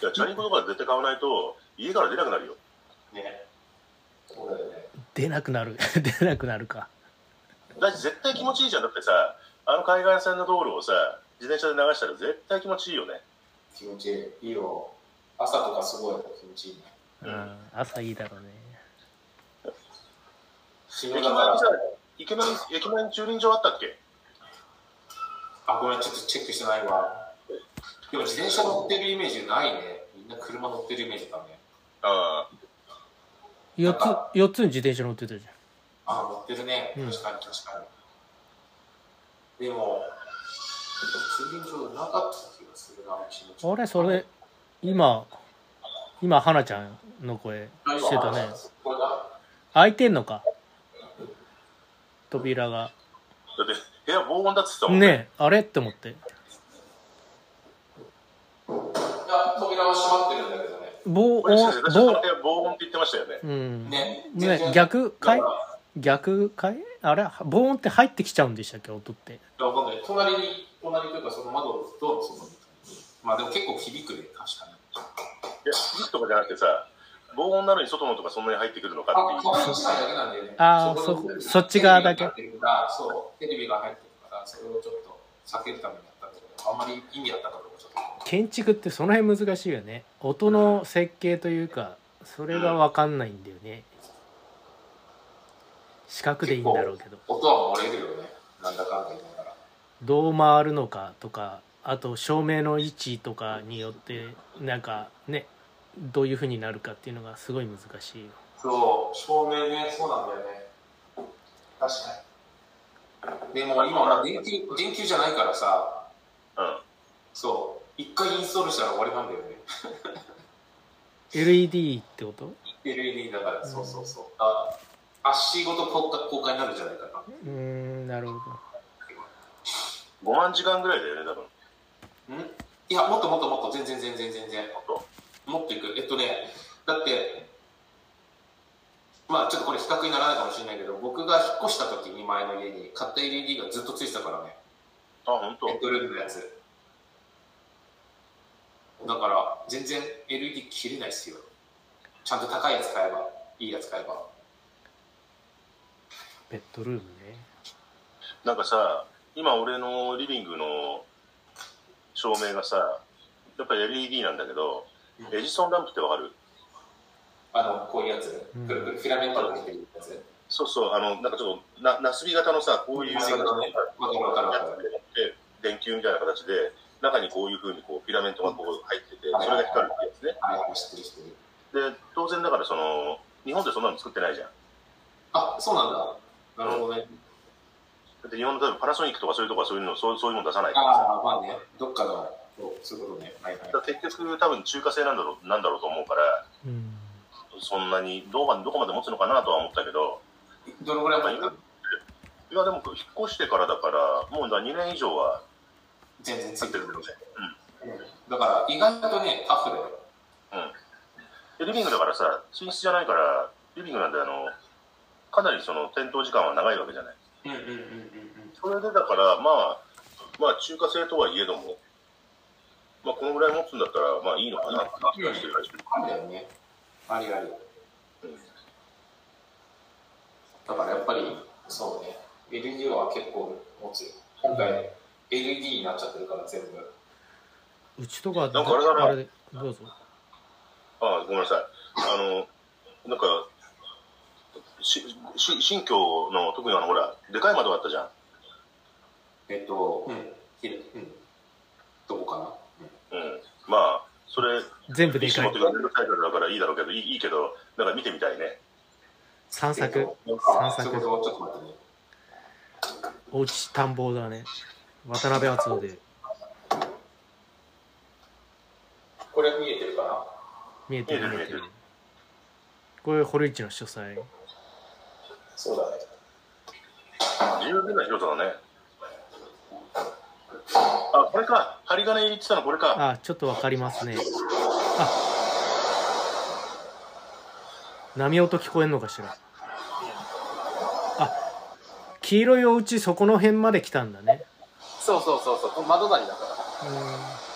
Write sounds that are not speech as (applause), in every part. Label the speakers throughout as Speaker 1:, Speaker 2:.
Speaker 1: いやチャリンコとか絶対買わないと家から出なくなるよ
Speaker 2: ね。そうだよね。
Speaker 3: 出なくなる出なくなるか
Speaker 1: だし絶対気持ちいいじゃんだってさあの海岸線の道路をさ自転車で流したら絶対気持ちいいよね
Speaker 2: 気持ちいい。いいよ。朝とかすごい気持ちいいね。
Speaker 3: うん、朝いいだろうね
Speaker 2: 死
Speaker 1: 駅
Speaker 2: ぬ
Speaker 1: 前
Speaker 2: だ
Speaker 1: に
Speaker 2: か
Speaker 1: さ
Speaker 2: ら。
Speaker 1: 駅前に駅前に駐輪場あったっけ
Speaker 2: あ、ごめん、ちょっとチェックしてないわ。でも自転車乗ってるイメージないね。みんな車乗ってるイメージだね。
Speaker 1: ああ
Speaker 3: 4つ四つに自転車乗ってたじ
Speaker 2: あ、乗ってるね。
Speaker 3: うん
Speaker 2: 確かに確かに。でも、駐輪場なかった気がするな、気持ち
Speaker 3: ゃんあれそれ今今花ちゃんの声してたね
Speaker 2: これだ。
Speaker 3: 開いてんのか扉が
Speaker 1: だって部屋防音だっつってたもん
Speaker 3: ねえあれって思って
Speaker 2: いや、扉は閉まってるんだけどね。
Speaker 3: 棒を
Speaker 1: 俺先生確かこの
Speaker 3: 棒
Speaker 1: 部屋防音って言ってましたよね
Speaker 3: うん
Speaker 2: ね
Speaker 3: ね逆かい
Speaker 2: だから
Speaker 3: 逆かいあれ防音って入ってきちゃうんでしたっけ音って
Speaker 2: いや、わかんない。隣に、隣というか、その窓と、その、まあでも結構響くね、確かに。
Speaker 1: いやリスとかじゃなくてさ防音なのに外のとかそんなに入ってくるのか
Speaker 2: あ、
Speaker 1: っていう
Speaker 2: この一枚だけなんだよね。
Speaker 3: あー
Speaker 2: こに
Speaker 3: そそっち側だけ
Speaker 2: テレビが入ってるからそう、テレビが入ってるから、それをちょっと避けるためにやったんだけど、あんまり意味あったかどうかちょっと。
Speaker 3: 建築ってその辺難しいよね音の設計というかそれが分かんないんだよね四角でいいんだろうけど
Speaker 2: 音は漏れるよね、なんだかんだ言いながら。
Speaker 3: どう回るのかとかあと照明の位置とかによってなんかねどういう風になるかっていうのがすごい難しいよ
Speaker 2: そう、照明ね、そうなんだよね。確かに。でも今、まあ電球、電球じゃないからさ、
Speaker 1: うん
Speaker 2: そう、一回インストールしたら終わりなんだよね。
Speaker 3: LED ってこと
Speaker 2: LED だから、そうそうそう。あ、足ごと公開公開になるんじゃないかな。
Speaker 3: うーんなるほど
Speaker 1: 5万時間ぐらいだよね多分
Speaker 2: んいや、もっともっともっと、全然全然全然。もっといく。えっとね、だって、まあちょっとこれ比較にならないかもしれないけど、僕が引っ越した時に前の家に、買った LED がずっとついてたからね。
Speaker 1: あ本当
Speaker 2: ベッドルームのやつ。だから、全然 LED 切れないっすよ。ちゃんと高いやつ買えば、いいやつ買えば。
Speaker 3: ベッドルームね
Speaker 1: なんかさ今俺のリビングの照明がさやっぱ LED なんだけど
Speaker 2: うん
Speaker 1: エジソンランプってわかる
Speaker 2: あの、こういうやつ、
Speaker 3: うん
Speaker 2: くるくるフィラメントが入ってるやつ。
Speaker 1: そうそうあのなんかちょっとななすび型のさこういう
Speaker 2: な
Speaker 1: 形で
Speaker 2: すび型ねわかるわかるわかる
Speaker 1: で電球みたいな形で中にこういうふうにこうフィラメントがこう入ってて
Speaker 2: はい
Speaker 1: それが光るってやつね
Speaker 2: はいはい、知ってる知ってる。
Speaker 1: で当然だからその日本でそんなの作ってないじゃん
Speaker 2: あ、そうなんだ。なるほどね。
Speaker 1: だって日本の例えばパナソニックとかそういうとこはそういうのそうそういうもの出さないからさ
Speaker 2: ああ、まあね、どっかの、そうそういうことね。はいはい
Speaker 1: だ。から結局多分中華製なんだろうなんだろうと思うから
Speaker 3: うん
Speaker 1: そんなにどうまどこまで持つのかなとは思ったけど
Speaker 2: どのぐらい前か
Speaker 1: いやでも引っ越してからだからもうだ2年以上は
Speaker 2: 全然つ
Speaker 1: 経っ
Speaker 2: い
Speaker 1: て
Speaker 2: てる
Speaker 1: るけどね
Speaker 2: だから、意外とね、タフだよ。
Speaker 1: でリビングだからさ寝室じゃないからリビングなんであのかなりその点灯時間は長いわけじゃない
Speaker 2: うんうんうんうん
Speaker 1: それでだからまあまあ中華製とはいえどもまあこのぐらい持つんだったらまあいいのかなって気がしてるらしい
Speaker 2: うん。ありだよね。ありあり。だからやっぱり、そうね、LED は結構持つよ。今回、LED になっちゃってるから、全部。
Speaker 3: うちとか
Speaker 1: なんかあれだな
Speaker 3: あれでどうぞ
Speaker 1: ああごめんなさいあのなんかしし新居の特にあのほらでかい窓があったじゃん
Speaker 2: えっと、うん。ひるうん。どこかな、うん
Speaker 1: うんまあそれ
Speaker 3: 全部で
Speaker 1: 仕
Speaker 3: かい
Speaker 1: 事が面倒くさいからだからいいだろうけどいいいいけどなんか見てみたいね
Speaker 3: 散策
Speaker 2: あ
Speaker 3: 散
Speaker 2: そういう
Speaker 3: 策
Speaker 2: ことちょっと待ってね。
Speaker 3: おうち探訪だね渡辺篤郎で
Speaker 2: これ見えてるかな
Speaker 3: 見えてる
Speaker 1: 見
Speaker 3: 見
Speaker 1: え
Speaker 3: えて
Speaker 1: てる
Speaker 3: るこれ堀市の書斎
Speaker 2: そうだね。
Speaker 1: 十分な広さだねあこれか針金言ってたのこれか
Speaker 3: あちょっとわかりますねあ波音聞こえんのかしらあ黄色いお家そこの辺まで来たんだね
Speaker 2: そうそうそうそうこれ窓谷だか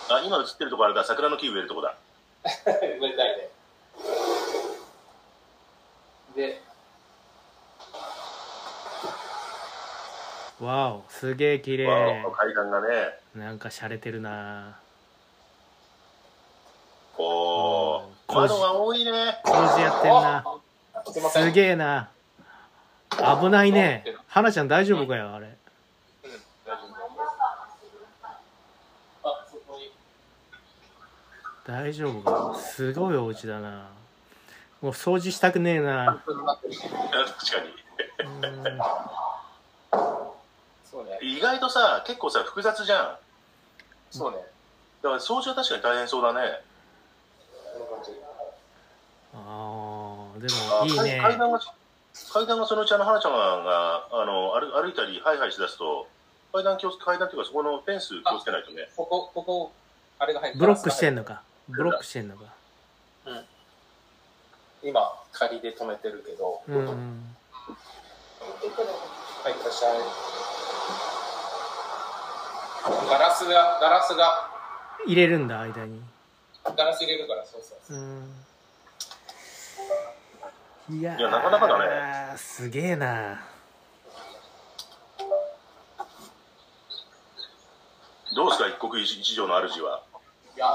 Speaker 1: あ、今映ってるとこあれだ、桜の木植えるとこだ。
Speaker 2: (laughs) ら植えたいねで
Speaker 3: うんわおすげえ綺麗
Speaker 1: わあ階段がね、
Speaker 3: なんか洒落てるな
Speaker 1: お
Speaker 3: うん
Speaker 1: ー、窓が多いね。
Speaker 3: 工事やってんな
Speaker 2: あすいません
Speaker 3: すげえな危ないね花ちゃん大丈夫かよあれ
Speaker 2: 大丈夫あそこに
Speaker 3: 大丈夫かなすごいお家だなもう掃除したくねえな
Speaker 1: 確か
Speaker 3: うん
Speaker 2: そうね
Speaker 1: に。意外とさ、結構さ、複雑じゃん。だ
Speaker 2: そうね
Speaker 1: から掃除は確かに大変そうだね。
Speaker 2: この感じ
Speaker 3: あー
Speaker 1: あ
Speaker 3: でもいいね
Speaker 1: 階階段が、階段がそのうちあの、花ちゃんが、あの、歩歩いたり、ハイハイしだすと、階段気をつ階段っていうか、そこのフェンス気をつけないとね。
Speaker 2: ここここあれが入って
Speaker 3: ブロックしてんのかブロックしてんのか
Speaker 2: 今仮で止めてるけど、
Speaker 3: うんう
Speaker 2: はい
Speaker 3: ん
Speaker 2: いらっしゃいガラスがガラスが
Speaker 3: 入れるんだ間に
Speaker 2: ガラス入れるからそうそうそう
Speaker 3: うんいやー
Speaker 1: いやなかなかだ
Speaker 3: すげえな
Speaker 1: どうですか、一国一条の主は。
Speaker 2: いや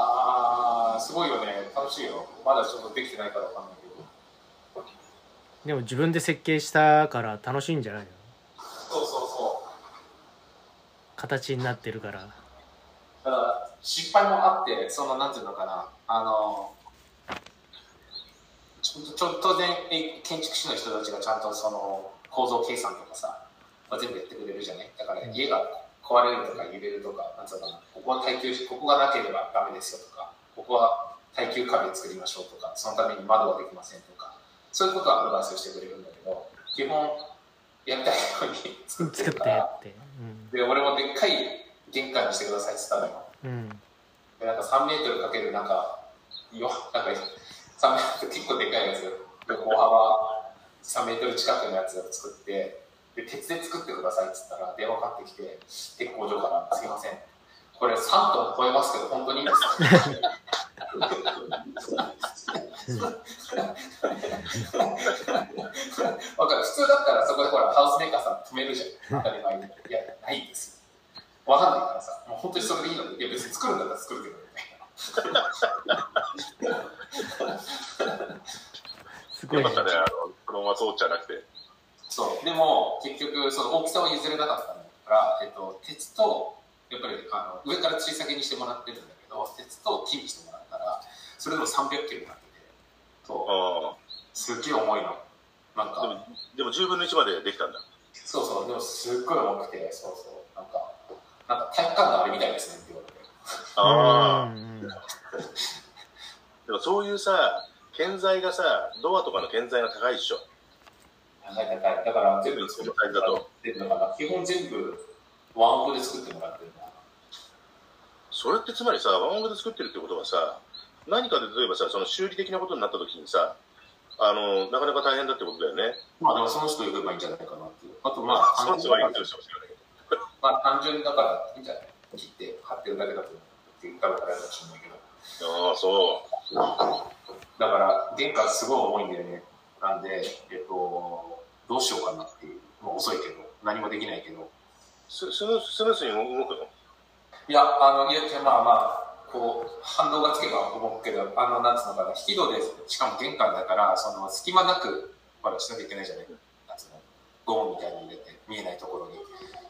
Speaker 2: ーすごいよね楽しいよまだちょっとできてないからわかんないけど
Speaker 3: でも自分で設計したから楽しいんじゃないの
Speaker 2: そうそうそう
Speaker 3: 形になってるから
Speaker 2: ただ失敗もあってそのなんていうのかなあのちょちょ当然え建築士の人たちがちゃんとその構造計算とかさ、まあ、全部やってくれるじゃないだから家が壊れるとか揺れるとかなんつうのかなここは耐久しここがなければダメですよとかここは耐久壁作りましょうとかそのために窓ができませんとかそういうことはアドバイスしてくれるんだけど基本やりたいように作って
Speaker 3: 作
Speaker 2: る
Speaker 3: っ
Speaker 2: か
Speaker 3: てや
Speaker 2: ら
Speaker 3: って
Speaker 2: で俺もでっかい玄関にしてくださいって言ったのよ
Speaker 3: うん、うん、
Speaker 2: でなんか3メートルかけるなんか、よ、なんか、3メートル結構でかいやつ、横幅3メートル近くのやつを作って、で、鉄で作ってくださいって言ったら電話かかってきて、鉄工場から、すいません。これ3トン超えますけど、本当にいい (laughs) ですかわかる普通だったらそこでほら、ハウスメーカーさん止めるじゃん。当たり前に。いや、ないですよ。わかんないからさ、もう本当にそれでいいので、いや別に作るんだったら作るけどね。
Speaker 3: すごい
Speaker 1: よ
Speaker 3: ね
Speaker 1: かったね、あの、このまま通っちゃなくて。
Speaker 2: そう、でも結局その大きさを譲れなかったから、えっと、鉄と、やっぱりあの上から吊り下げにしてもらってるんだけど、鉄と木にしてもらったら、それでも300キロになってて、そ
Speaker 1: あ
Speaker 2: う、すっげえ重いの。なん
Speaker 1: あ。で
Speaker 2: か
Speaker 1: も、、でも10分の1までできたんだ。
Speaker 2: そうそう、でもすっごい重くて、そうそう、なんか、なんか体育館のあれみたいですねって言われて。
Speaker 1: あ
Speaker 3: う
Speaker 1: あ。
Speaker 3: んうん
Speaker 1: でもそういうさ、建材がさ、ドアとかの建材が高いでしょ。
Speaker 2: 高い高い。だから全部
Speaker 1: そのサイズだと。
Speaker 2: 全部だから、基本全部ワンオクで作ってもらってるな。
Speaker 1: それってつまりさ、ワンオクで作ってるってことはさ、何かで例えばさ、その修理的なことになった時にさ、あの、なかなか大変だってことだよね。
Speaker 2: まあでもその人行けばいいんじゃないかなっていう。あとまあ、
Speaker 1: その人はいいとしてもしれないけど。
Speaker 2: まあ単純にだからいいんじゃない切って貼ってるだけだと思って言ったらからかもしれないけど
Speaker 1: ああ、そ
Speaker 2: だから玄関すごい重いんだよねなんでえっとどうしようかなっていうもう遅いけど何もできないけど
Speaker 1: う。ススムーススムースに動くの
Speaker 2: いやあのいやまあまあこう反動がつけば思うけどあのなんつうのかな引き戸でしかも玄関だからその隙間なくほらしなきゃいけないじゃないなんつうのゴムみたいに入れて見えないところにだか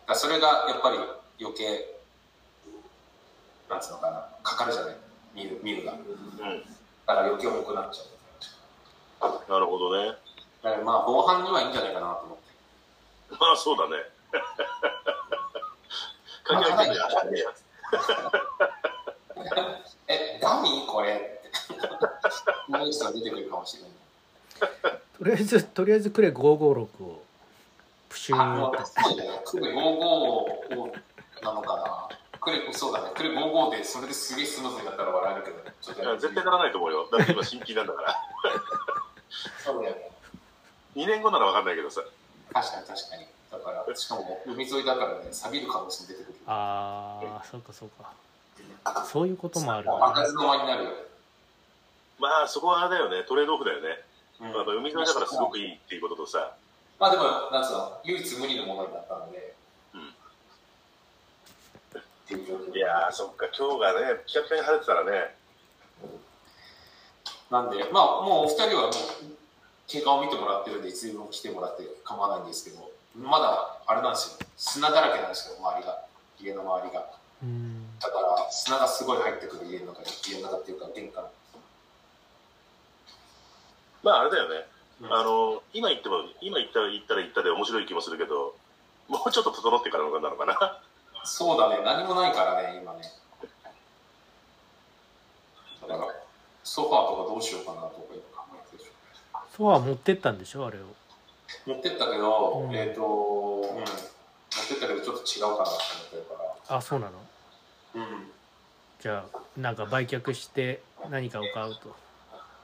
Speaker 2: らそれがやっぱり余計なんつうのかなかかるじゃない見る見るが。
Speaker 1: うん。
Speaker 2: だから余計重くなっちゃう。
Speaker 1: なるほどね。
Speaker 2: だからまあ防犯にはいいんじゃないかなと思って。
Speaker 1: まあ、そうだね。鍵開けてる
Speaker 2: まあかなりえ、ダミーこれ (laughs) って。もう人が出てくるかもしれない。
Speaker 3: とりあえずとりあえずくれ556をプシュ
Speaker 2: あ、も
Speaker 3: ー
Speaker 2: う
Speaker 3: って
Speaker 2: そうだね。クレ55をなのかな。クレそうだね。クレ55でそれですげえスムーズになったら笑えるけど、ちょっと
Speaker 1: い
Speaker 2: や
Speaker 1: や
Speaker 2: ってみ
Speaker 1: 絶
Speaker 2: る
Speaker 1: 対ならないと思うよ。だって今新規なんだから。
Speaker 2: そうだよね。
Speaker 1: 2年後ならわかんないけどさ。
Speaker 2: 確かに確かに。だから、しかも海沿いだからね、錆びる可能性も出てくる。
Speaker 3: ああそうかそうかそういうこともある
Speaker 2: もう開かずの間になるよ。
Speaker 1: まあそこはあれだよねトレードオフだよね、
Speaker 2: うん
Speaker 1: やっぱ海沿いだからすごくいいっていうこととさ
Speaker 2: まあでも、なんつうの、唯一無二のものになったので、
Speaker 1: うん
Speaker 2: っていう状況
Speaker 1: いやーそっか今日がねピカピカに晴れてたらね
Speaker 2: なんで、まあ、もうお二人はもう経過を見てもらってるんで、いつでも来てもらって構わないんですけど、まだあれなんですよ、砂だらけなんですよ、周りが、家の周りが。
Speaker 3: うん
Speaker 2: だから、砂がすごい入ってくる家の中に、家の中っていうか、玄関。
Speaker 1: まああれだよね、
Speaker 2: うん
Speaker 1: あの今言っても今言ったら言ったら言ったで面白い気もするけどもうちょっと整ってからのなのかな (laughs)
Speaker 2: そうだね、何もないからね、今ね。だから、ソファーとかどうしようかなとか今考えてるでしょ。
Speaker 3: ソファー持ってったんでしょあれを
Speaker 2: 持ってったけど、
Speaker 3: うん
Speaker 2: えっ、と、うん、持ってったけどちょっと違うかなと思ってるか
Speaker 3: あそうなの
Speaker 2: ら。
Speaker 3: じゃあなんか売却して何かを買うと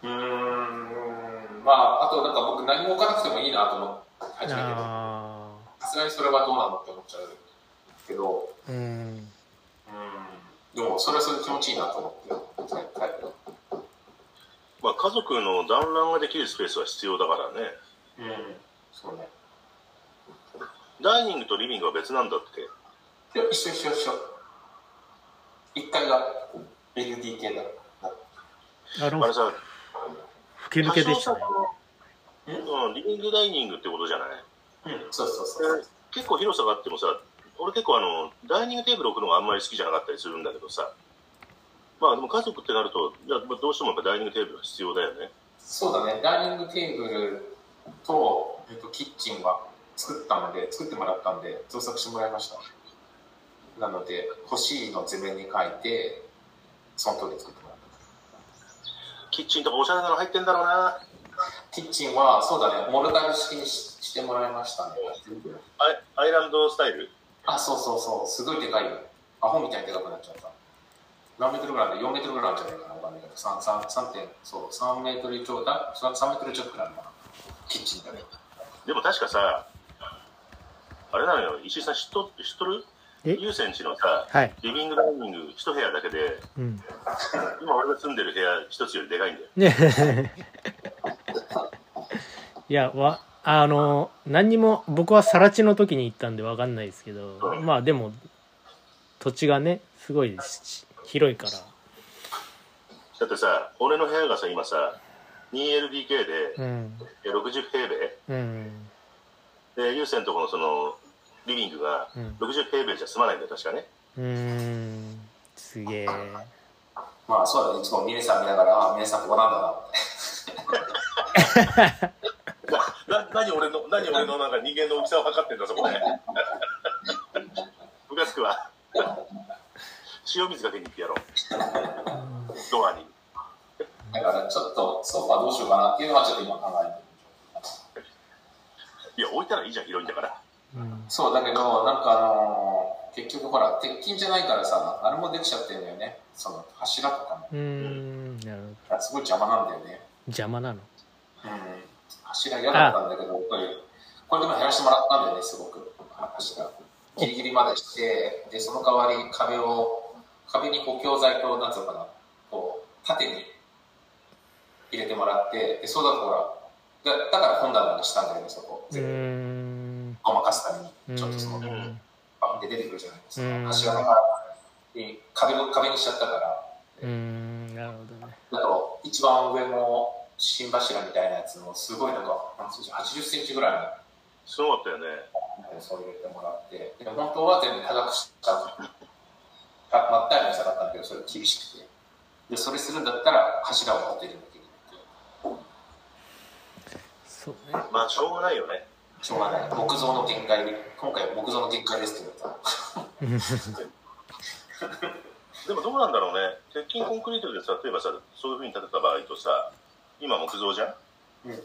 Speaker 2: うん。うーん。まあ、あとなんか僕何も置かなくてもいいなと思って始めてて、
Speaker 3: あ
Speaker 2: さすがにそれはどうなのって思っちゃうけど、
Speaker 3: あうん
Speaker 2: うん。でも、それはそれで気持ちいいなと思って、はいはい
Speaker 1: まあ家族の団らんができるスペースは必要だからね
Speaker 2: うん。そうね。
Speaker 1: ダイニングとリビングは別なんだって
Speaker 2: いや、一緒一緒一緒。一階が LDK だ。
Speaker 3: なるほ
Speaker 1: あ
Speaker 3: ど
Speaker 1: れさ
Speaker 3: 吹け抜けでしたね
Speaker 1: 多少さうんリビングダイニングってことじゃない
Speaker 2: うん。そうそうそう。
Speaker 1: 結構広さがあってもさ俺結構あのダイニングテーブル置くのがあんまり好きじゃなかったりするんだけどさまあでも家族ってなるといやどうしてもやっぱダイニングテーブルが必要だよね
Speaker 2: そうだね、ダイニングテーブルと,、えっとキッチンは作ったので、作ってもらったんで、造作してもらいました。なので、欲しいの図面に書いて、その通り作ってもらった。
Speaker 1: キッチンとかおしゃれなの入ってんだろうな
Speaker 2: キッチンは、そうだね、モルタル式にししてもらいましたね。
Speaker 1: アイアイランドスタイル
Speaker 2: あ、そうそうそう、すごいでかいよ。アホみたいにでかくなっちゃった。何メートルぐらいある ?4 メートルぐらいあるんじゃないかなわかんないけど、3、三三点、そう、3メートルちょうだ、3メートルちょっとくらいあるのかな。キッチンだね。
Speaker 1: でも確かさあれなのよ石井さん知っと知っとる
Speaker 3: え
Speaker 1: 優先地のさ
Speaker 3: はい
Speaker 1: リビングダイニング一部屋だけで
Speaker 3: うん
Speaker 1: 今俺が住んでる部屋一つよりでかいんだよ
Speaker 3: ねいやわあの何にも僕は更地の時に行ったんで分かんないですけどまあでも土地がねすごいし広いから
Speaker 1: だってさ俺の部屋がさ今さ 2LDK で
Speaker 3: うん
Speaker 1: え60平米
Speaker 3: うん
Speaker 1: で、優先のところのそのリビングが
Speaker 3: うん
Speaker 1: 60平米じゃ済まないんだよ、確かね。
Speaker 3: うんすげえ
Speaker 2: まあそうだね、いつも峰さん見ながら、あ峰さんここなんだなって。
Speaker 1: な、何俺の、何俺のなんか人間の大きさを測ってんだ、そこで。 (laughs) ムカつくわ。塩水かけに行ってやろう。ドアに。
Speaker 2: だからちょっとソファーどうしようかなっていうのはちょっと今考えてる。
Speaker 1: いや、置いたらいいじゃん、広いんだから。
Speaker 3: うん
Speaker 2: そうだけど、なんかあのー結局ほら、鉄筋じゃないからさ、あれもできちゃってるんだよね。その柱とかも。
Speaker 3: うんなるほど
Speaker 2: だからすごい邪魔なんだよね。
Speaker 3: 邪魔なの
Speaker 2: うん。柱嫌だったんだけど、やっぱり、これでも減らしてもらったんだよね、すごく。柱。ギリギリまでして、で、その代わり壁を、壁に補強材と、なんつうのかな、こう、縦に入れてもらって、で、そうだとほら、だだから本棚にしたんだよね、そこ。
Speaker 3: う
Speaker 2: 全部
Speaker 3: ん
Speaker 2: ごまかすため
Speaker 3: う
Speaker 2: に、ちょっとその、
Speaker 3: ん
Speaker 2: バンって出てくるじゃないです
Speaker 3: うん
Speaker 2: か。柱がで壁を壁にしちゃったから、
Speaker 3: うんなるほどね
Speaker 2: だと一番上の新柱みたいなやつのすごいなんかなんつうんでしょう80センチぐらいの
Speaker 1: すごかったよね。
Speaker 2: そう入れてもらって、で本当は全部高くしたた、まったりもしたかったんだけど、それ厳しくて、でそれするんだったら柱を持っているだけにって、
Speaker 3: そうね
Speaker 1: まあ、しょうがないよね。
Speaker 2: しょうがない、木造の限界、今回は木造の限界ですって言われた。
Speaker 1: でもどうなんだろうね。鉄筋コンクリートでさ、例えばさ、そういうふうに建てた場合とさ、今木造じゃん
Speaker 2: うん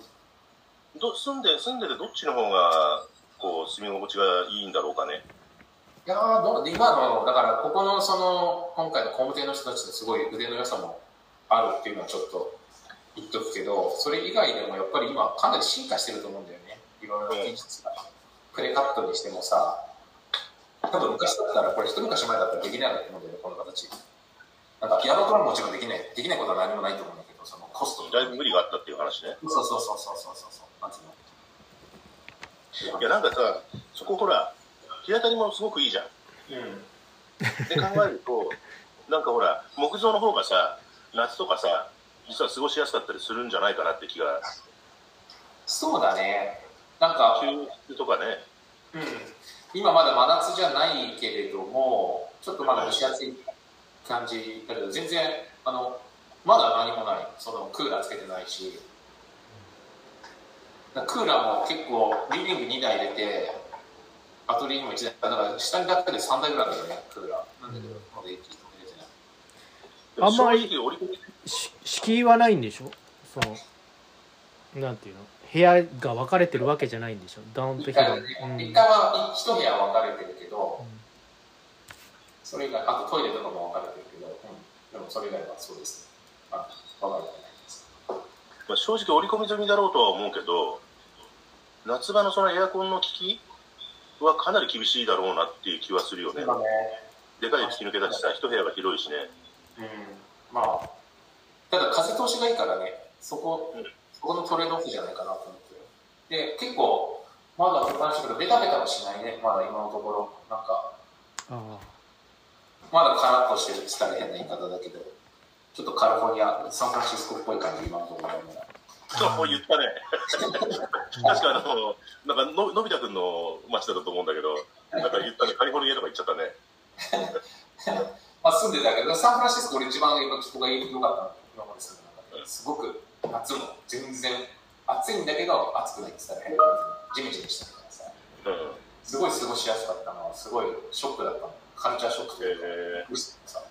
Speaker 1: ど住んで、住んでてどっちの方が、こう、住み心地がいいんだろうかね。
Speaker 2: いやーどう今の、だから、ここの、その、今回の工務店の人たちのすごい腕の良さもあるっていうのはちょっと言っとくけど、それ以外でもやっぱり今、かなり進化してると思うんだよね。いろいろな技術が。プレカットにしてもさ、多分昔だったら、これ一昔前だったらできないので、この形。なんかピアノとかももちろんできない、できないことは何もないと思うんだけど、そのコスト
Speaker 1: だいぶ無理があったっていう話ね。
Speaker 2: そうそうそうそうそうそう。なんつうの
Speaker 1: いや、なんかさ、そこほら、日当たりもすごくいいじゃん。
Speaker 2: うん。
Speaker 1: で考える
Speaker 3: (laughs)
Speaker 1: と、なんかほら、木造の方がさ、夏とかさ、実は過ごしやすかったりするんじゃないかなって気が、
Speaker 2: そうだね。なんか、
Speaker 1: 中室とかね、
Speaker 2: うん、今まだ真夏じゃないけれども、ちょっとまだ蒸し暑い感じだけど、全然、あの、まだ何もない。その、クーラーつけてないし。だからクーラーも結構、リビング2台入れて、アトリエにも1台、だから下にだけで3台ぐらいだよね、クーラー。なんだけど、まだ一気に入れてない。
Speaker 1: でも
Speaker 3: あんまり
Speaker 1: 正直折り込み
Speaker 3: し敷居はないんでしょそのなんていうの部屋が分かれてるわけじゃないんでしょダウンと
Speaker 2: 1
Speaker 3: ヒ
Speaker 2: 階
Speaker 3: ロ
Speaker 2: は
Speaker 3: ン
Speaker 2: ね、
Speaker 3: うん
Speaker 2: 1階は1部屋分かれてるけ
Speaker 3: う
Speaker 2: ど、
Speaker 3: ん
Speaker 2: それ以外、あとトイレとかも分かれてるけど、うん、でもそれ以外はそうです。あ、分かれてないです。
Speaker 1: まあ、正直折り込み済みだろうとは思うけど夏場のそのエアコンの効きはかなり厳しいだろうなっていう気はするよね
Speaker 2: 今ね、
Speaker 1: でかい突き抜けだしさ一部屋が広いしね
Speaker 2: うん、まあ、ただ風通しがいいからね、そこ
Speaker 1: うん、
Speaker 2: そこのトレードオフじゃないかなと思ってる。で、結構、まだ他の人けど、ベタベタはしないね、まだ今のところ。なんか、
Speaker 3: あ
Speaker 2: まだカラッとしてるって言ったら変な言い方だけど、ちょっとカリフォルニア、サンフランシスコっぽい感じ、今のところはまだ。
Speaker 1: そうもう言ったね確かあのなんかののび太くんの街だったと思うんだけどなんか言ったねカリフォルニアとか行っちゃったね
Speaker 2: まあ、住んでたけど、サンフランシスコ、俺一番今、気候が良かったの、今まで住んでた中ですごく夏も全然暑いんだけど、暑くないって言ったら変なジメジメしたみたいなさ、
Speaker 1: うん
Speaker 2: すごい過ごしやすかったのは、すごいショックだったの、カルチャーショックというか、
Speaker 1: え
Speaker 2: うっすさ。だ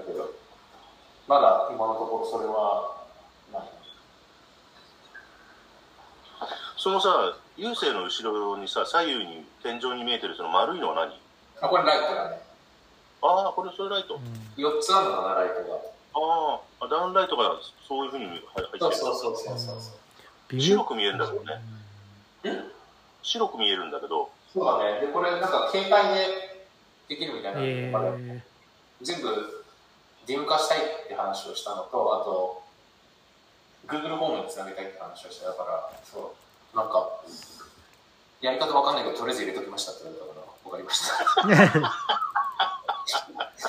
Speaker 2: けど、まだ今のところそれはない。
Speaker 1: ーそのさ郵政の後ろにさ左右に天井に見えてるその丸いのは何
Speaker 2: あこれライトだね。
Speaker 1: ああこれそれライト、
Speaker 3: あ、うん
Speaker 2: 4つあるのかな、ライトが。
Speaker 1: あーあダウンライトがそういうふうに入ってる
Speaker 2: そうそうそうそうそう。
Speaker 3: 微
Speaker 1: 白く見えるんだけどね
Speaker 2: うん
Speaker 1: 白く見えるんだけど
Speaker 2: そうだね。で、これなんか携帯でできるみたいなの
Speaker 3: え
Speaker 2: がある
Speaker 3: ー、
Speaker 2: 全部義務化したいって話をしたのと、あと、Google ホームにつなげたいって話をして、だから、そう、なんか、やり方わかんないけど、とりあえず入れときましたって言われたから、わか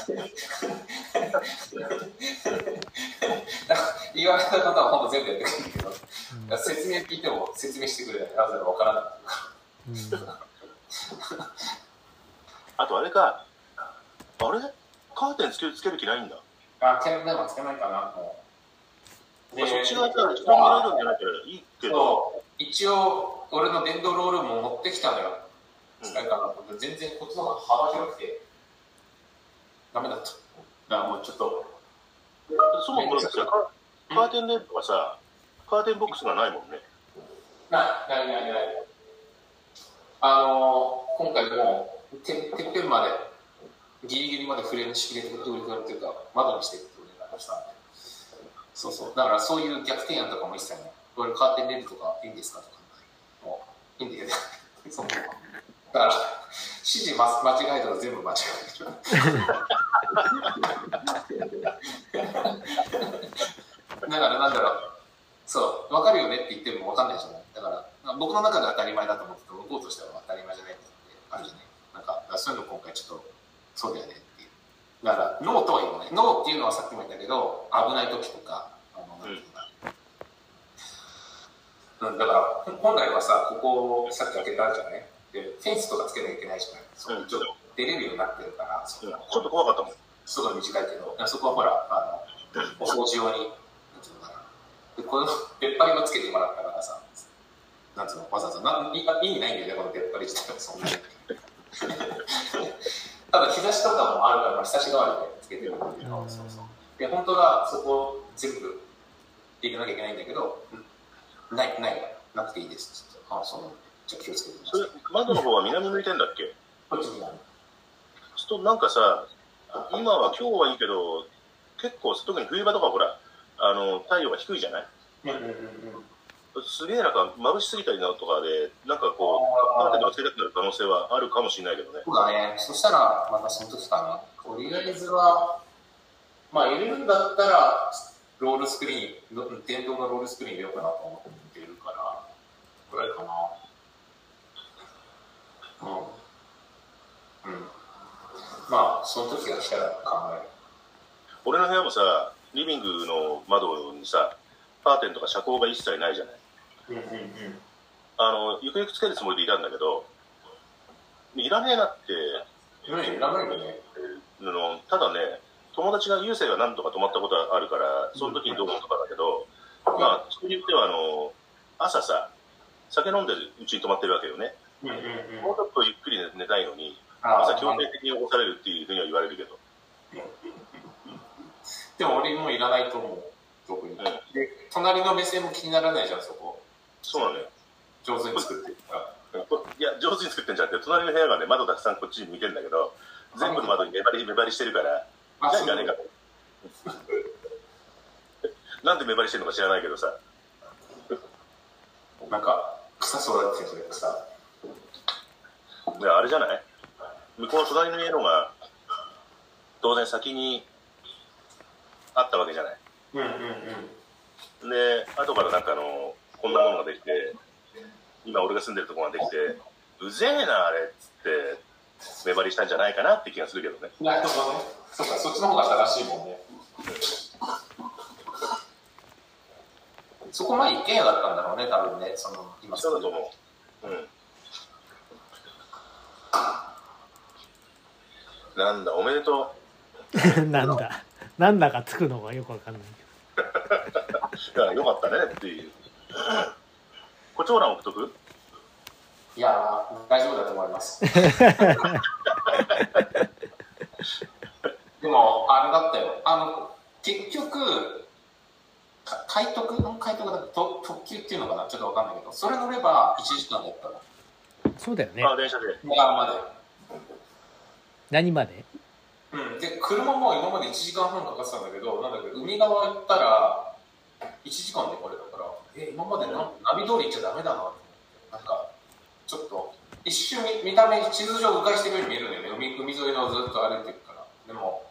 Speaker 2: りまし
Speaker 1: (laughs)
Speaker 2: た。言われた方はほんと全部やってくれるけど、説明聞いても説明してくれない。なぜかわからない。
Speaker 3: うんうん
Speaker 1: あとあれかあれカーテンつけるつける気ないんだ、
Speaker 2: あ、キャンプでもつけないかな、もう。
Speaker 1: まあ、そっち側じゃ人に見られるんじゃないからいいけど
Speaker 2: そう一応俺の電動ロールも持ってきたのよ
Speaker 1: うん
Speaker 2: 使えるかなと思って、全然こっちの方が幅広くてダメだっただからもうちょっと
Speaker 1: そもそもさカカーテンレンとかさカーテンボックスがないもんね
Speaker 2: ないないないないあのー今回もうててっぺんまでギリギリまでフレームしきれてドリフレームというか窓にしてるってお願いしたんでそうそうだからそういう逆転案とかも一切ないこれカーテンレールとかいいんですかとかもういいんだけど (laughs) そんなのだから指示ま間違えたら全部間違える (laughs) だからなんだろうそう分かるよねって言っても分かんないじゃないだから僕の中では当たり前だと思ってて向こうとしては当たり前じゃないことってあるじゃないなんかだからそういうの今回ちょっとそうだよねっていうだからノーとは言わないノーっていうのはさっきも言ったけど危ない時とかあのなんていうのかな、うん、だから本来はさここをさっき開けたじゃないでフェンスとかつけなきゃいけないじゃないそこにちょっと出れるようになってるからそ
Speaker 1: うん
Speaker 2: こ
Speaker 1: ちょっと怖かったもん
Speaker 2: すごい短いけど、そこはほら、あの、お掃除用に、なんつうのかな。で、この出っ張りをつけてもらったからさ、なんつうの、わざわざ、な意意味ないんだよね、この出っ張り自体はそんなに。 (laughs) ただ、日差しとかもあるから、まあ、日差し代わりでつけてるんだけど、そうそう。で、本当はそこ全部入れなきゃいけないんだけど、うんない、ない、なくていいですって言って。あ、そうなんだじゃあ気をつけてくだ
Speaker 1: それ
Speaker 2: さい。
Speaker 1: 窓の方は南向いてんだっけ
Speaker 2: こっちにある。
Speaker 1: ちょっとなんかさ今は今日はいいけど結構特に冬場とかほらあの太陽が低いじゃない
Speaker 2: うんうんうんうん。
Speaker 1: すげえなんか、まぶしすぎたりなとかで、なんかこう、ある程度つけたくなる可能性はあるかもしれないけどね。
Speaker 2: そうだね。そしたら、またその時かな。とりあえずは、まあ、入れるんだったら、ロールスクリーンの、電動のロールスクリーン入れようかなと思ってるから、ぐらいかな。うん。うん。まあ、その時が来たら考える。
Speaker 1: 俺の部屋もさ、リビングの窓にさ、カーテンとか遮光が一切ないじゃない。
Speaker 2: うんうんうん。
Speaker 1: あの、ゆくゆくつけるつもりでいたんだけど、いらねえなって、
Speaker 2: うん、いらないよね。
Speaker 1: あのただね、友達が郵政が何度か泊まったことはあるから、その時にどう思ったかだけど、まあ、人によってはあの、朝さ、酒飲んでるうちに泊まってるわけよね。
Speaker 2: うんうんうん。
Speaker 1: もうちょっとゆっくり寝たいのに、
Speaker 2: あ
Speaker 1: 朝
Speaker 2: ー
Speaker 1: 強制的に起こされるっていうふうには言われるけど、
Speaker 2: でも俺もういらないと思う。特に。
Speaker 1: ん
Speaker 2: で、隣の目線も気にならないじゃん、そこ。
Speaker 1: そうなのよ。
Speaker 2: 上手に作ってるから。
Speaker 1: いや、上手に作ってんじゃなくて、隣の部屋がね、窓たくさんこっちに向いてんだけど、全部の窓に目張り、目張りしてるから、
Speaker 2: あ
Speaker 1: じゃあい
Speaker 2: そ
Speaker 1: ら
Speaker 2: う
Speaker 1: ねえか (laughs) と。なんで目張りしてるのか知らないけどさ、
Speaker 2: なんか、草そうだってそれ草。
Speaker 1: いやあれじゃない向こうの隣の家の方が、当然先にあったわけじゃない。
Speaker 2: うんうんうん。
Speaker 1: で、後からなんかあの、こんなものができて、今俺が住んでるところができて、うぜえな、あれっつって、目張りしたんじゃないかなって気がするけどね。
Speaker 2: なるほどね。そうか、そっちの方が正しいもんね。そこ前一軒家だったんだろうね、多分ね。その、今
Speaker 1: そうだと
Speaker 2: の
Speaker 1: 思う。うん。なんだ、おめでと
Speaker 3: なんだなんだかつくのがよくわかんないけ
Speaker 1: う。だからよかったねっていう。胡蝶蘭送っとく
Speaker 2: いやー、大丈夫だと思います。でも、あれだったよ。あの、結局、か買得買得だと特急っていうのかなちょっとわかんないけど、それ乗れば1時間だったの。
Speaker 3: どそうだよね
Speaker 1: あ、電車で。
Speaker 2: 長まで。
Speaker 3: 何まで
Speaker 2: うん、で車も今まで1時間半かかってたんだけどなんだっけ海側行ったら1時間でこれだからえ今までなナビ通り行っちゃダメだなってなんかちょっと一瞬見見た目地図上迂回してるように見えるんだよね海海沿いのずっと歩いてるからでも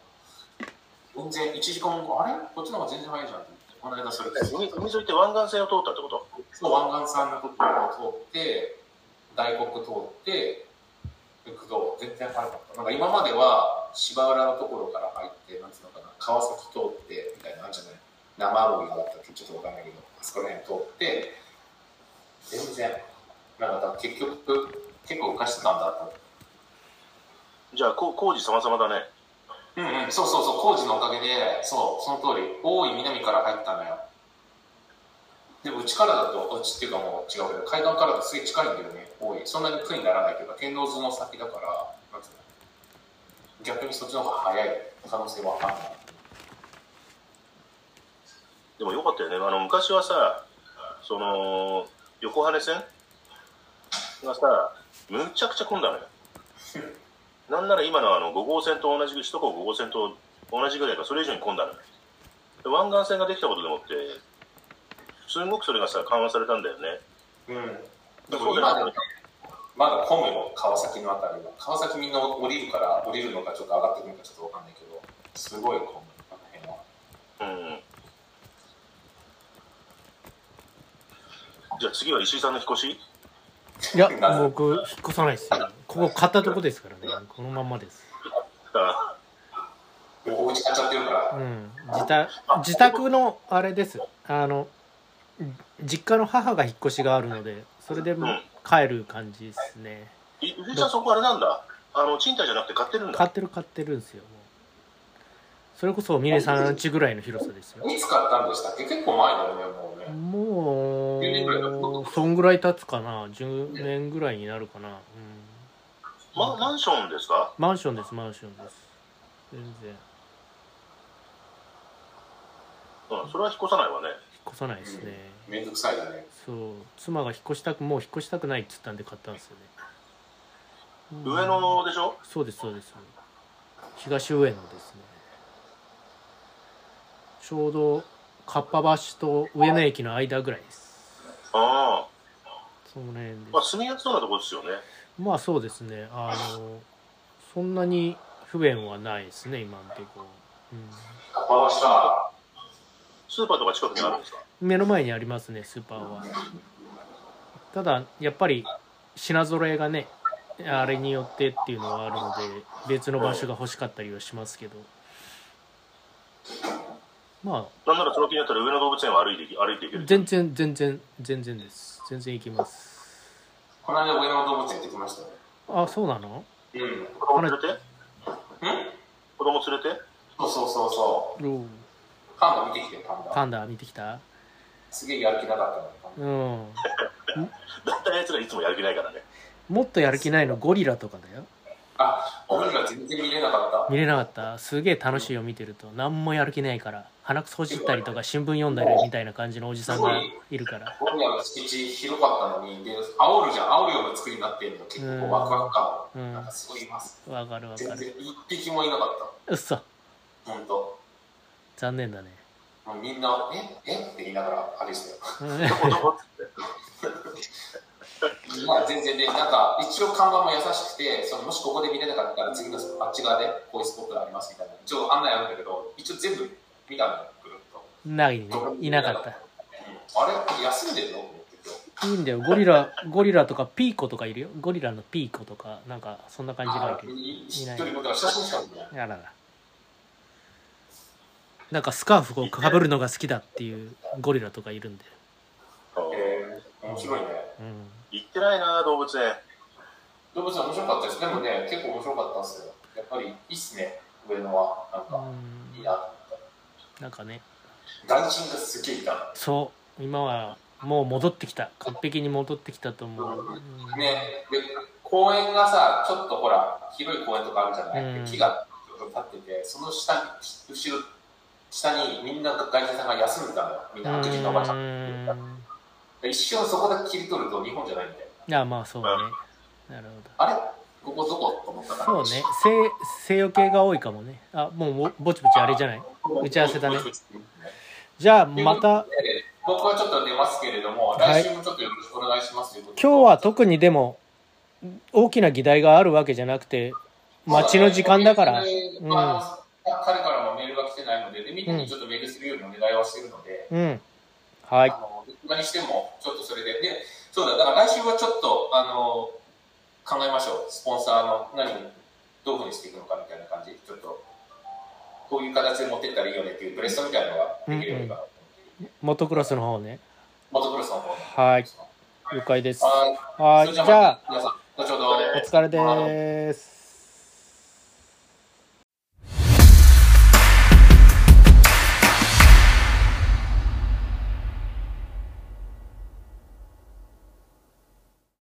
Speaker 2: 全然1時間後あれこっちの方が全然早いじゃんって思ってこの間それです
Speaker 1: 海海沿いって湾岸線を通ったってこと
Speaker 2: そう湾岸さんのところを通って大黒通って行くと全然早かったなんか今までは芝浦のところから入ってなんつうのかな川崎通ってみたいななんじゃない生麦だったっけちょっとわかんないけどあそこら辺通って全然なんか結局結構浮かしてたんだと思って
Speaker 1: じゃあ、こう工事様々だね。
Speaker 2: うんうんそうそうそう工事のおかげでそうその通り大井南から入ったのよでもうちからだとうちっていうかもう違うけど海岸からだとすげえ近いんだよね大井そんなに苦にならないけど天王洲の先だからなんつうの逆にそっちの方が早い可能性はある
Speaker 1: でもよかったよね。あの、昔はさ、その、横羽線がさ、むちゃくちゃ混んだのよ。なんなら今のあの、5号線と同じぐ、首都高5号線と同じぐらいか、それ以上に混んだのよ。で湾岸線ができたことでもって、すんごくそれがさ、緩和されたんだよね。
Speaker 2: うんでも今でもねまだ混むよ川崎のあたりは川崎みんな降りるから降りるのかちょっと上がってくるのかちょっとわかんないけどすごい混むあの辺は
Speaker 1: うん。じゃあ次は石井さんの引っ越し
Speaker 3: いや僕引っ越さないですよここ買ったとこですからねこのまんまです
Speaker 1: あ
Speaker 2: もうお家買っちゃってるから
Speaker 3: うん自宅自宅のあれですあの実家の母が引っ越しがあるのでそれでもう帰る感じですね
Speaker 1: い藤井さんそこあれなんだ。あの、賃貸じゃなくて買ってるんだ。
Speaker 3: 買ってる買ってるんですよもうそれこそ峰さん家ぐらいの広さですよ
Speaker 2: いつ買ったんでしたっけ結構前だよね、も
Speaker 3: も
Speaker 2: うね。10年ぐらい経
Speaker 3: うそんぐらい経つかな10年ぐらいになるかな、うん、
Speaker 1: ま、マンションですか
Speaker 3: マンションですマンションです全然引っ
Speaker 1: うん、それは引っ越さないわね。
Speaker 3: 越さないですね、
Speaker 2: めんどくさいよね。
Speaker 3: そう妻が引っ越したくもう引っ越したくないっつったんで買ったんですよね、うん
Speaker 1: 上野でしょ
Speaker 3: そうですそうです東上野ですねちょうどかっぱ橋と上野駅の間ぐらいです
Speaker 1: あ
Speaker 3: その辺で
Speaker 1: あ。まあ、住みやすそうなとこですよね。
Speaker 3: まあそうですねあのそんなに不便はないですね今のところ、
Speaker 2: 回した。
Speaker 1: スーパーとか近くにあるんですか
Speaker 3: うん、目の前にありますねスーパーはただやっぱり品揃えがねあれによってっていうのはあるので別の場所が欲しかったりはしますけどま
Speaker 1: なんならその気になったら上野動物園は歩いていけ歩いていけ
Speaker 3: あ
Speaker 1: る。
Speaker 3: 全然全然全然です全然行きます
Speaker 2: この間上野動物園行ってきましたね。
Speaker 3: あそうなの
Speaker 2: うん。ん
Speaker 1: 子供連れて子供連れて (laughs)
Speaker 2: そうそうそうそ
Speaker 3: おう
Speaker 2: う。パンダ見てきて、パンダ。
Speaker 3: パンダ見てきた
Speaker 2: すげえやる気なかったのにパン
Speaker 3: うんも
Speaker 1: だったらやつらいつもやる気ないからね。
Speaker 3: っとやる気ないのゴリラとかだよ
Speaker 2: ダ。あ、俺ら全然見れなかった。
Speaker 3: 見れなかったすげえ楽しいよ見てると何もやる気ないから鼻くそほじったりとか新聞読んだりみたいな感じのおじさんがいるから
Speaker 2: 僕らの敷地広かったのに、で、煽るじゃん、煽るような作りになってるの、結
Speaker 3: うん
Speaker 2: 構ワクワク
Speaker 3: う
Speaker 2: 感を、
Speaker 3: ん
Speaker 2: なんかすごいいます。
Speaker 3: わかるわか
Speaker 2: 全然
Speaker 3: る
Speaker 2: 一匹もいなかっ
Speaker 3: うっそ
Speaker 2: た、ほんと。
Speaker 3: 残念だね
Speaker 2: もうみんな、ええって言いながら、あれしたよ。
Speaker 3: うん
Speaker 1: 子供って
Speaker 2: まあ全然で、なんか一応看板も優しくて、そのもしここで見れなかったら次のあっち側でこういうスポットがありますみたいな、一応案内あるんだけど、一応全部見たのよ、ぐるっと。
Speaker 3: ないねいなかっ
Speaker 2: あれ、休んでるのと思って今日
Speaker 3: たいいんだよゴリラゴリラとかピーコとかいるよゴリラのピーコとかなんかそんな感じがあ
Speaker 2: あ
Speaker 3: るけど
Speaker 2: い一
Speaker 3: いない
Speaker 2: 人僕は写真しか見てない。
Speaker 3: あららなんかスカーフをかぶるのが好きだっていうゴリラとかいるんだよ、
Speaker 2: えー、面白いね。
Speaker 3: うん、
Speaker 1: 行ってないな、動物園。
Speaker 2: 動物園面白かったです。でもね、結構面白かったんですよ。やっぱりいいっすね、上野は。なんか、いいな。
Speaker 3: なんかね
Speaker 2: 外人がすげえいた。
Speaker 3: そう今はもう戻ってきた完璧に戻ってきたと思う、うん
Speaker 2: ね、で公園がさ、ちょっとほら、広い公園とかあるじゃない、
Speaker 3: うん
Speaker 2: で木がちょっと立ってて、その下に、後ろ、下にみんな外人さんが休んでたのよ、みんな白人のおばちゃん
Speaker 3: うーん
Speaker 2: で一瞬そこだけ切り取ると日本じゃないみたいな。
Speaker 3: いやまあそうねなるほ
Speaker 2: あれここどこと思ったから。
Speaker 3: どそうね西西洋系が多いかもねあもうぼぼちぼちあれじゃない打ち合わせだねじゃあまた
Speaker 2: で僕はちょっと出ますけれども、
Speaker 3: はい
Speaker 2: 来週もちょっとよろしくお願いしますということで
Speaker 3: 今日は特にでも大きな議題があるわけじゃなくて待ちの時間だから、
Speaker 2: そう
Speaker 3: うん
Speaker 2: ねあの彼からもメールが来てないのでで、みんなにちょっとメールするようにお願いはしてるので、
Speaker 3: うんはい
Speaker 2: あの何してもちょっとそれででそうだだから来週はちょっとあの考えましょうスポンサーの何どういうふうにしていくのかみたいな感じちょっとこういう形で持ってったらいいよねっていうブレストみたいなのができればいいかなと
Speaker 3: モトクロスの方ね
Speaker 2: モトクロスの方
Speaker 3: はい了解です
Speaker 2: は
Speaker 3: はい
Speaker 2: い
Speaker 3: じゃあ
Speaker 2: 皆さん後ほど
Speaker 3: お疲れです